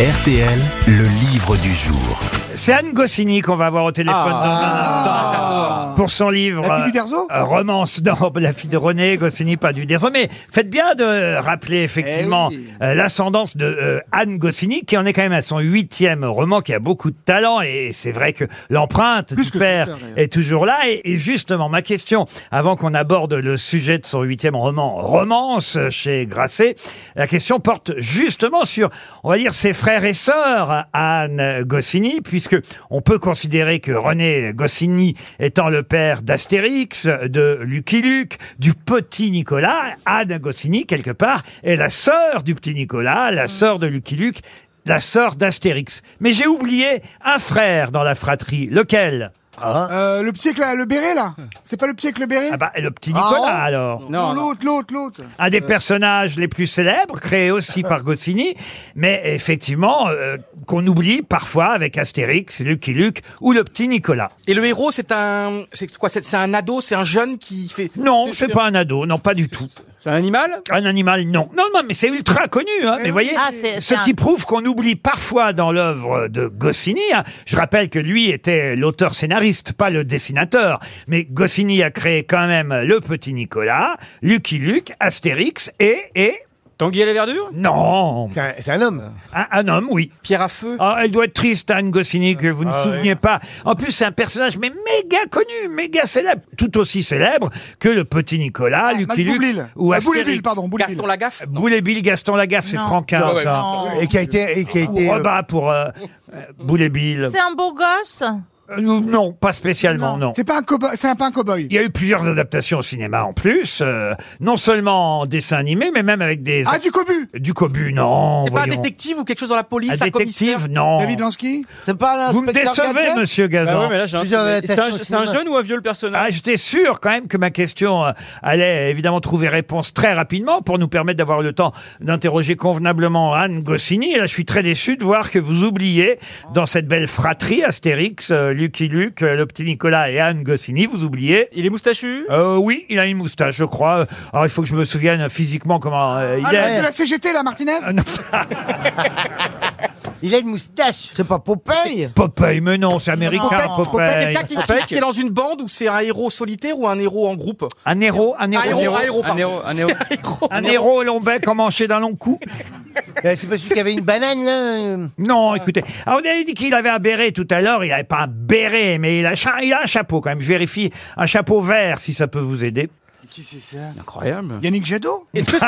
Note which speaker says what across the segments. Speaker 1: RTL, le livre du jour.
Speaker 2: C'est Anne Goscinny qu'on va avoir au téléphone dans un instant pour son livre.
Speaker 3: Ah. La fille du
Speaker 2: euh,
Speaker 3: Derzo
Speaker 2: euh, Romance, non, la fille de René Goscinny, pas du Derzo. Mais faites bien de rappeler effectivement
Speaker 3: Eh oui.
Speaker 2: euh, l'ascendance de euh, Anne Goscinny, qui en est quand même à son huitième roman, qui a beaucoup de talent. Et c'est vrai que l'empreinte du
Speaker 3: que son
Speaker 2: père
Speaker 3: père, d'ailleurs.
Speaker 2: est toujours là. Et, et justement, ma question, avant qu'on aborde le sujet de son huitième roman, Romance, euh, chez Grasset, la question porte justement sur, on va dire, ses frères et sœurs, à Anne Goscinny, puisque on peut considérer que René Goscinny étant le père d'Astérix, de Lucky Luke, du petit Nicolas, Anne Goscinny, quelque part, est la sœur du petit Nicolas,
Speaker 3: Mm.
Speaker 2: la sœur de Lucky Luke, la sœur d'Astérix. Mais j'ai oublié un frère dans la fratrie. Lequel
Speaker 3: Euh, Le petit avec la- le béret, là C'est pas le petit avec le béret
Speaker 2: Ah bah, le petit Nicolas,
Speaker 3: Ah,
Speaker 2: alors.
Speaker 3: Non, Euh. l'autre, l'autre, l'autre.
Speaker 2: Un des personnages les plus célèbres, créé aussi par Goscinny, mais effectivement, euh, qu'on oublie parfois avec Astérix, Lucky Luke ou le petit Nicolas.
Speaker 4: Et le héros, c'est un, c'est quoi C'est c'est un ado, c'est un jeune qui fait.
Speaker 2: Non, c'est pas un ado, non, pas du tout.
Speaker 4: C'est un animal
Speaker 2: Un animal, non. Non, non, mais c'est ultra connu, hein, mais voyez,
Speaker 5: Ah, c'est-
Speaker 2: ce
Speaker 5: c'est un-
Speaker 2: qui prouve qu'on oublie parfois dans l'œuvre de Goscinny. hein. Je rappelle que lui était l'auteur scénariste, pas le dessinateur. Mais Goscinny a créé quand même Le Petit Nicolas, Lucky Luke, Astérix et... et...
Speaker 4: Tanguy et la verdure
Speaker 2: Non,
Speaker 3: C'est un, homme.
Speaker 2: un, un homme, oui.
Speaker 4: Euh, Pierre à feu
Speaker 2: Ah, elle doit être triste, Anne Goscinny, que vous ne souveniez pas. En plus, c'est un personnage mais méga connu, méga célèbre, tout aussi célèbre que le petit Nicolas,
Speaker 3: Ah,
Speaker 2: Lucky Luke ou Astérix.
Speaker 3: Boulébile, Ah, pardon, Boulébile.
Speaker 4: Gaston Lagaffe
Speaker 2: Boulet Bill, Gaston Lagaffe, c'est
Speaker 5: Non.
Speaker 2: Franquin.
Speaker 5: Non,
Speaker 2: ça.
Speaker 5: Non.
Speaker 6: Et qui a été. Et qui a
Speaker 2: Ou
Speaker 6: été euh,
Speaker 2: Rebat pour euh, euh, Boulet Bill.
Speaker 5: C'est un beau gosse
Speaker 2: Euh, non, pas spécialement, non.
Speaker 3: C'est pas un cowboy, c'est un pas un cowboy.
Speaker 2: Il y a eu plusieurs adaptations au cinéma en plus, euh, non seulement en dessin animé, mais même avec des...
Speaker 3: Ah, du cobu
Speaker 2: du cobu, non,
Speaker 4: C'est pas un
Speaker 2: voyons.
Speaker 4: détective ou quelque chose dans la
Speaker 2: Un
Speaker 4: police, un, commissaire
Speaker 2: détective, non.
Speaker 3: David Lansky
Speaker 6: C'est pas
Speaker 2: Vous me
Speaker 6: l'inspecteur
Speaker 2: décevez,
Speaker 6: Gadget
Speaker 2: monsieur
Speaker 4: Bah
Speaker 2: Gazan.
Speaker 4: jeune ou un vieux le personnage
Speaker 2: Ah, j'étais sûr quand même que ma question euh, allait évidemment trouver réponse très rapidement pour nous permettre d'avoir le temps d'interroger convenablement Anne Goscinny. Et là, je suis très déçu de voir que vous oubliez dans cette belle fratrie Astérix, euh, Lucky Luke, euh, le petit Nicolas et Anne Goscinny, vous oubliez.
Speaker 4: Il est moustachu
Speaker 3: Ah.
Speaker 2: Euh, oui, il a une moustache, je crois. Euh, Alors, il faut que je me souvienne physiquement comment euh, il Ah,
Speaker 3: Ah,
Speaker 2: est.
Speaker 3: le- de la CGT, là, Martinez
Speaker 6: Il a une moustache. C'est pas Popeye.
Speaker 2: Popeye, mais non, c'est américain,
Speaker 5: Non.
Speaker 2: Popeye.
Speaker 4: Quelqu'un qui, Ah, qui est dans une bande ou c'est un héros solitaire ou un héros en groupe
Speaker 2: Un héros, un héros.
Speaker 4: héros, Ah, un héros, pardon. C'est un héros.
Speaker 2: Un héros, long bec, en manché d'un long coup.
Speaker 6: Euh, C'est pas celui qui avait une banane, là.
Speaker 2: Non, écoutez. Ah, on avait dit qu'il avait un béret tout à l'heure. Il n'avait pas un béret, mais il a, cha- il a un chapeau quand même. Je vérifie. Un chapeau vert, si ça peut vous aider.
Speaker 3: Qui c'est ça
Speaker 4: Incroyable.
Speaker 3: Yannick Jadot
Speaker 4: Est-ce que,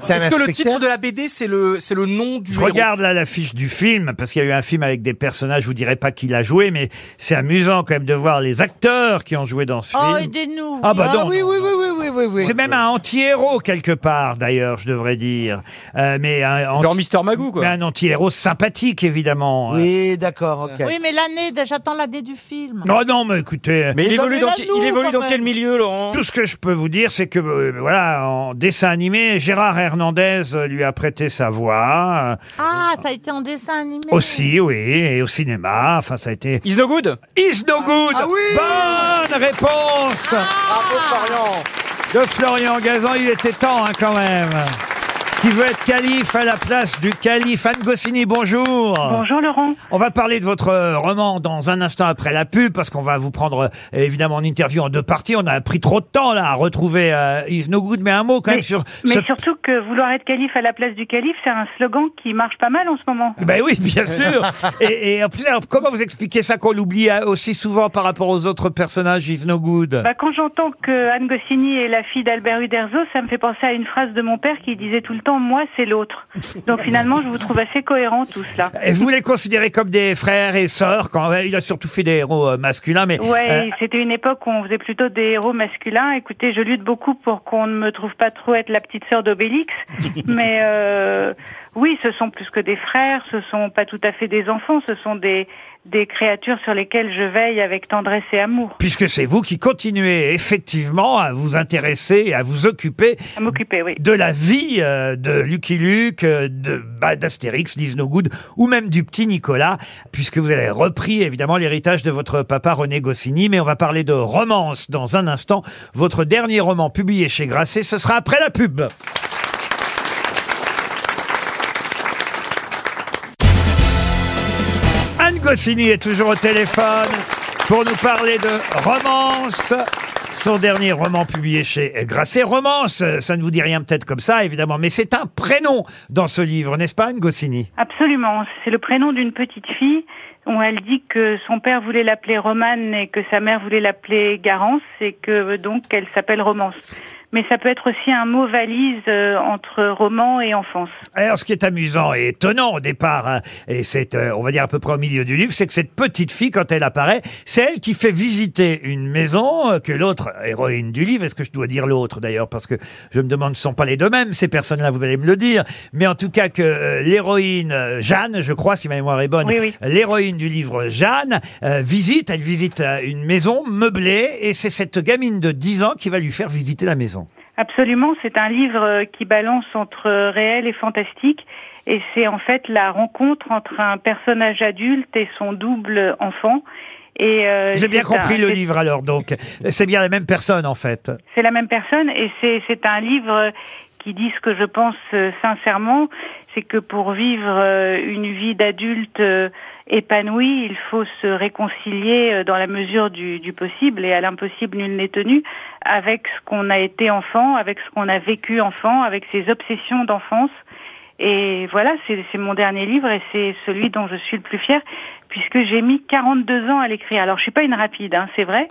Speaker 6: C'est un
Speaker 4: est-ce que le
Speaker 6: inspecteur
Speaker 4: titre de la BD, c'est le, c'est le nom du
Speaker 2: Je
Speaker 4: héros
Speaker 2: regarde là l'affiche du film, parce qu'il y a eu un film avec des personnages, je vous dirais pas qui l'a joué, mais c'est amusant quand même de voir les acteurs qui ont joué dans ce
Speaker 5: Oh,
Speaker 2: film.
Speaker 5: aidez-nous
Speaker 2: Ah, bah
Speaker 6: Ah
Speaker 2: non,
Speaker 6: oui,
Speaker 2: non,
Speaker 6: oui, oui, oui, oui, oui, oui.
Speaker 2: C'est même un anti-héros quelque part, d'ailleurs, je devrais dire. Euh, mais un anti-
Speaker 4: Genre Mister Magoo,
Speaker 2: mais
Speaker 4: quoi.
Speaker 2: un anti-héros sympathique, évidemment.
Speaker 6: Oui, d'accord, ok.
Speaker 5: Oui, mais l'année, j'attends l'année du film.
Speaker 2: Non, Oh, non, mais écoutez.
Speaker 4: Mais
Speaker 6: il évolue dans- il évolue dans quel
Speaker 4: milieu, Laurent
Speaker 2: Tout ce que je peux vous dire, c'est que euh, voilà, en dessin animé, Gérard Hernandez euh, lui a prêté sa voix euh,
Speaker 5: Ah, ça a été en dessin animé.
Speaker 2: aussi, oui, et au cinéma. Enfin, ça a été.
Speaker 4: Is no good
Speaker 2: Is no good.
Speaker 3: Ah oui
Speaker 2: Bonne réponse de Florian Gazan. Il était temps hein, quand même. Qui veut être calife à la place du calife Anne Goscinny. Bonjour.
Speaker 7: Bonjour Laurent.
Speaker 2: On va parler de votre euh, roman dans un instant après la pub, parce qu'on va vous prendre euh, évidemment en interview en deux parties. On a pris trop de temps là à retrouver euh, Is No Good, mais un mot quand même sur
Speaker 7: Mais
Speaker 2: ce...
Speaker 7: surtout que vouloir être calife à la place du calife, c'est un slogan qui marche pas mal en ce moment.
Speaker 2: Ben oui, bien sûr. et, et en plus, alors, comment vous expliquez ça qu'on l'oublie euh, aussi souvent par rapport aux autres personnages Is No Good
Speaker 7: Bah, quand j'entends que Anne Goscinny est la fille d'Albert Uderzo, ça me fait penser à une phrase de mon père qui disait tout le temps Moi, c'est l'autre. Donc finalement, je vous trouve assez cohérent tout cela.
Speaker 2: Et Vous les considérez comme des frères et sœurs quand il a surtout fait des héros euh, masculins, mais
Speaker 7: Ouais,
Speaker 2: euh,
Speaker 7: c'était une époque où on faisait plutôt des héros masculins. Écoutez, je lutte beaucoup pour qu'on ne me trouve pas trop être la petite sœur d'Obélix. mais euh, oui, ce sont plus que des frères, ce sont pas tout à fait des enfants, ce sont des, des créatures sur lesquelles je veille avec tendresse et amour.
Speaker 2: puisque c'est vous qui continuez effectivement à vous intéresser, et à vous occuper
Speaker 7: À m'occuper, oui.
Speaker 2: de la vie euh, de Lucky Luke, euh, de bah, d'Astérix, Liz No Good, ou même du petit Nicolas, puisque vous avez repris évidemment l'héritage de votre papa René Goscinny. Mais on va parler de romance dans un instant. Votre dernier roman publié chez Grasset, ce sera après la pub. Goscinny est toujours au téléphone pour nous parler de romance. Son dernier roman publié chez Grasset. Romance, ça ne vous dit rien peut-être comme ça, évidemment, mais c'est un prénom dans ce livre, n'est-ce pas, Anne Goscinny
Speaker 7: Absolument. C'est le prénom d'une petite fille où elle dit que son père voulait l'appeler Romane et que sa mère voulait l'appeler Garance et que donc elle s'appelle Romance. Mais ça peut être aussi un mot valise euh, entre roman et enfance.
Speaker 2: Alors, ce qui est amusant et étonnant au départ, hein, et c'est, euh, on va dire à peu près au milieu du livre, c'est que cette petite fille, quand elle apparaît, c'est elle qui fait visiter une maison euh, que l'autre héroïne du livre, est-ce que je dois dire l'autre d'ailleurs, parce que je me demande, ne sont pas les deux mêmes, ces personnes-là, vous allez me le dire, mais en tout cas que euh, l'héroïne euh, Jeanne, je crois, si ma mémoire est bonne,
Speaker 7: Oui, oui.
Speaker 2: l'héroïne du livre Jeanne, euh, visite, elle visite euh, une maison meublée, et c'est cette gamine de 10 ans qui va lui faire visiter la maison.
Speaker 7: Absolument, c'est un livre euh, qui balance entre euh, réel et fantastique. Et c'est en fait la rencontre entre un personnage adulte et son double enfant. Et euh,
Speaker 2: J'ai bien
Speaker 7: c'est un-
Speaker 2: compris le
Speaker 7: c'est-
Speaker 2: livre alors, donc c'est bien la même personne en fait.
Speaker 7: C'est la même personne et c'est c'est un livre qui dit ce que je pense euh, sincèrement, c'est que pour vivre euh, une vie d'adulte euh, épanouie, il faut se réconcilier euh, dans la mesure du, du possible et à l'impossible nul n'est tenu avec ce qu'on a été enfant, avec ce qu'on a vécu enfant, avec ses obsessions d'enfance. Et voilà, c'est c'est mon dernier livre et c'est celui dont je suis le plus fière puisque j'ai mis 42 ans à l'écrire. Alors je suis pas une rapide, hein, c'est vrai.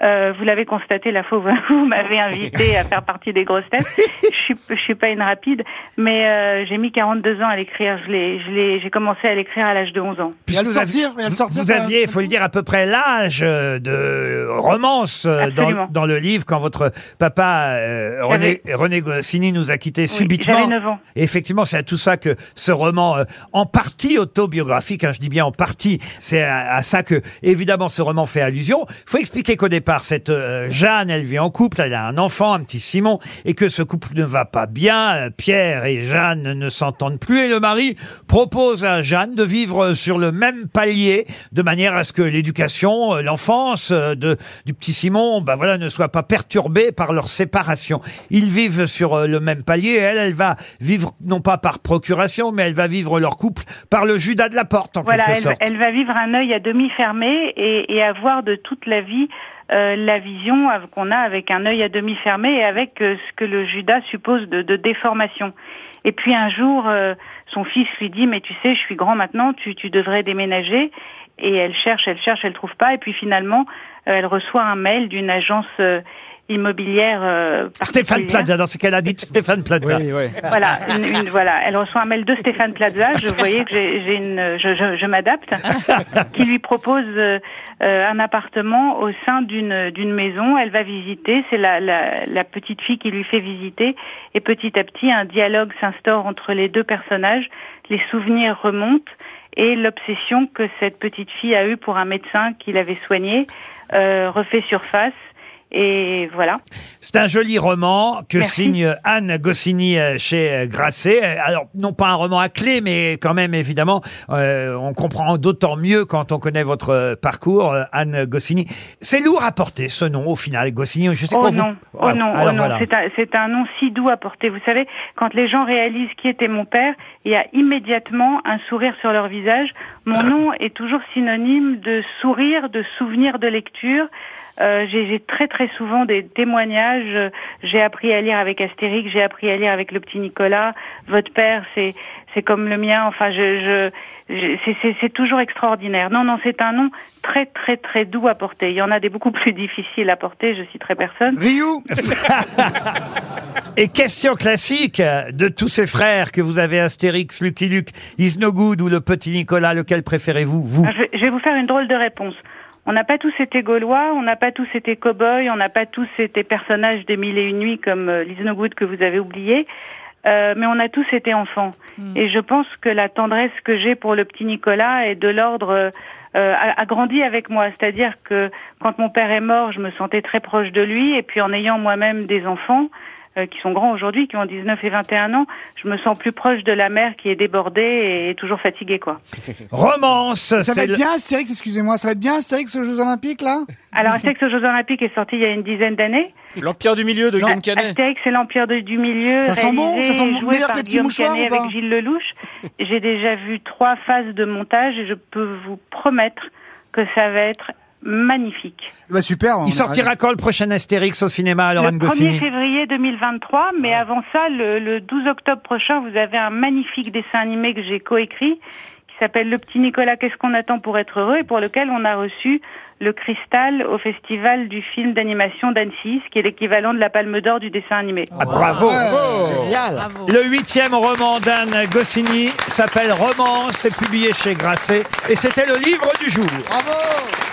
Speaker 7: Euh, vous l'avez constaté, la fois où vous m'avez invité à faire partie des grosses têtes. Je suis, je suis pas une rapide, mais euh, j'ai mis 42 ans à l'écrire. Je l'ai, je l'ai, j'ai commencé à l'écrire à l'âge de 11 ans.
Speaker 3: Et à le
Speaker 2: vous aviez-
Speaker 3: sortir, et à le
Speaker 2: vous-
Speaker 3: sortir,
Speaker 2: vous
Speaker 3: ça-
Speaker 2: aviez, il faut le dire, à peu près l'âge euh, de romance euh, dans,
Speaker 7: Absolument.
Speaker 2: dans le livre quand votre papa euh, René, René Goscinny nous a quittés subitement.
Speaker 7: j'avais 9 ans.
Speaker 2: Et effectivement, c'est à tout ça que ce roman, euh, en partie autobiographique, hein, je dis bien en partie, c'est à, à ça que évidemment ce roman fait allusion. faut expliquer qu'au départ, cette euh, Jeanne, elle vit en couple, elle a un enfant, un petit Simon, et que ce couple ne va pas bien. Euh, Pierre et Jeanne ne s'entendent plus, et le mari propose à Jeanne de vivre sur le même palier, de manière à ce que l'éducation, euh, l'enfance euh, de du petit Simon, bah voilà, ne soit pas perturbée par leur séparation. Ils vivent sur euh, le même palier. et Elle, elle va vivre non pas par procuration, mais elle va vivre leur couple par le Judas de la porte en
Speaker 7: Voilà,
Speaker 2: quelque
Speaker 7: elle,
Speaker 2: sorte.
Speaker 7: elle va vivre un œil à demi fermé et, et avoir de toute la vie euh, la vision av- qu'on a avec un œil à demi fermé et avec euh, ce que le Judas suppose de, de déformation. Et puis un jour, euh, son fils lui dit mais tu sais, je suis grand maintenant, tu, tu devrais déménager. Et elle cherche, elle cherche, elle trouve pas. Et puis finalement, euh, elle reçoit un mail d'une agence euh, immobilière. euh,
Speaker 2: Stéphane
Speaker 7: particulière.
Speaker 2: Plaza, dans ce qu'elle a dit, Stéphane Plaza.
Speaker 7: Voilà, une, une- voilà. Elle reçoit un mail de Stéphane Plaza. Je voyais que j'ai j'ai une, je, je, je m'adapte, qui lui propose euh, euh, un appartement au sein d'une d'une maison. Elle va visiter. C'est la, la la petite fille qui lui fait visiter. Et petit à petit, un dialogue s'instaure entre les deux personnages. Les souvenirs remontent et l'obsession que cette petite fille a eue pour un médecin qui l'avait soignée euh, refait surface. Et voilà.
Speaker 2: C'est un joli roman que
Speaker 7: Merci.
Speaker 2: signe Anne Goscinny euh, chez euh, Grasset. Euh, Alors, non pas un roman à clé, mais quand même, évidemment, euh, on comprend d'autant mieux quand on connaît votre euh, parcours, euh, Anne Goscinny. C'est lourd à porter, ce nom, au final, Goscinny. Je sais
Speaker 7: Oh
Speaker 2: qu'on vous-
Speaker 7: non, oh
Speaker 2: Ah,
Speaker 7: non, oh
Speaker 2: alors
Speaker 7: non.
Speaker 2: voilà.
Speaker 7: C'est un, c'est un nom si doux à porter. Vous savez, quand les gens réalisent qui était mon père, il y a immédiatement un sourire sur leur visage. Mon nom est toujours synonyme de sourire, de souvenir de lecture. Euh, j'ai j'ai très très souvent des témoignages. Euh, J'ai appris à lire avec Astérix, j'ai appris à lire avec le petit Nicolas. Votre père, c'est c'est comme le mien. Enfin, je, je, je- c'est- c'est c'est toujours extraordinaire. Non, non, c'est un nom très très très doux à porter. Il y en a des beaucoup plus difficiles à porter. Je citerai personne.
Speaker 3: Ryu,
Speaker 2: Et question classique euh, de tous ces frères que vous avez, Astérix, Lucky Luke, Isnogood ou le petit Nicolas, lequel préférez-vous, vous
Speaker 7: Alors, Ah, je, vais- je vais vous faire une drôle de réponse. On n'a pas tous été gaulois, on n'a pas tous été cow-boys, on n'a pas tous été personnages des mille et une nuits comme euh, Liz Good que vous avez oublié, euh, mais on a tous été enfants. Et je pense que la tendresse que j'ai pour le petit Nicolas est de l'ordre euh, euh, a, a grandi avec moi. C'est-à-dire que quand mon père est mort, je me sentais très proche de lui, et puis en ayant moi-même des enfants, euh, qui sont grands aujourd'hui, qui ont 19 et 21 ans, je me sens plus proche de la mère qui est débordée et toujours fatiguée, quoi.
Speaker 2: Romance,
Speaker 3: Ça va
Speaker 2: c'est
Speaker 3: être
Speaker 2: le-
Speaker 3: bien, Astérix, excusez-moi, ça va être bien, Astérix, aux Jeux Olympiques, là
Speaker 7: Alors, Astérix aux Jeux Olympiques est sorti il y a une dizaine d'années.
Speaker 8: L'Empire du Milieu de Guillaume Canet.
Speaker 7: Astérix et l'Empire de- du Milieu,
Speaker 3: Ça sent bon,
Speaker 7: réalisé
Speaker 3: ça sent
Speaker 7: et joué
Speaker 3: meilleur que
Speaker 7: par
Speaker 3: les petits
Speaker 7: Guillaume
Speaker 3: mouchoirs
Speaker 7: Canet
Speaker 3: ou pas
Speaker 7: avec Gilles Lelouch. J'ai déjà vu trois phases de montage et je peux vous promettre que ça va être magnifique.
Speaker 2: Eh ben,
Speaker 3: Bah super. on
Speaker 2: Il
Speaker 3: est
Speaker 2: sortira quand le prochain Astérix au cinéma, alors Anne
Speaker 7: le 1er
Speaker 2: Ah, Goscinny Ah.
Speaker 7: février 2023, mais avant ça, le, le 12 octobre prochain, vous avez un magnifique dessin animé que j'ai coécrit qui s'appelle Le petit Nicolas, qu'est-ce qu'on attend pour être heureux et pour lequel on a reçu le cristal au festival du film d'animation d'Annecy, ce qui est l'équivalent de la palme d'or du dessin animé.
Speaker 2: Ah, Bravo
Speaker 3: Oh.
Speaker 6: Génial.
Speaker 5: Bravo.
Speaker 2: Le huitième roman d'Anne Goscinny s'appelle Romance, c'est publié chez Grasset, et c'était le livre du jour.
Speaker 6: Bravo.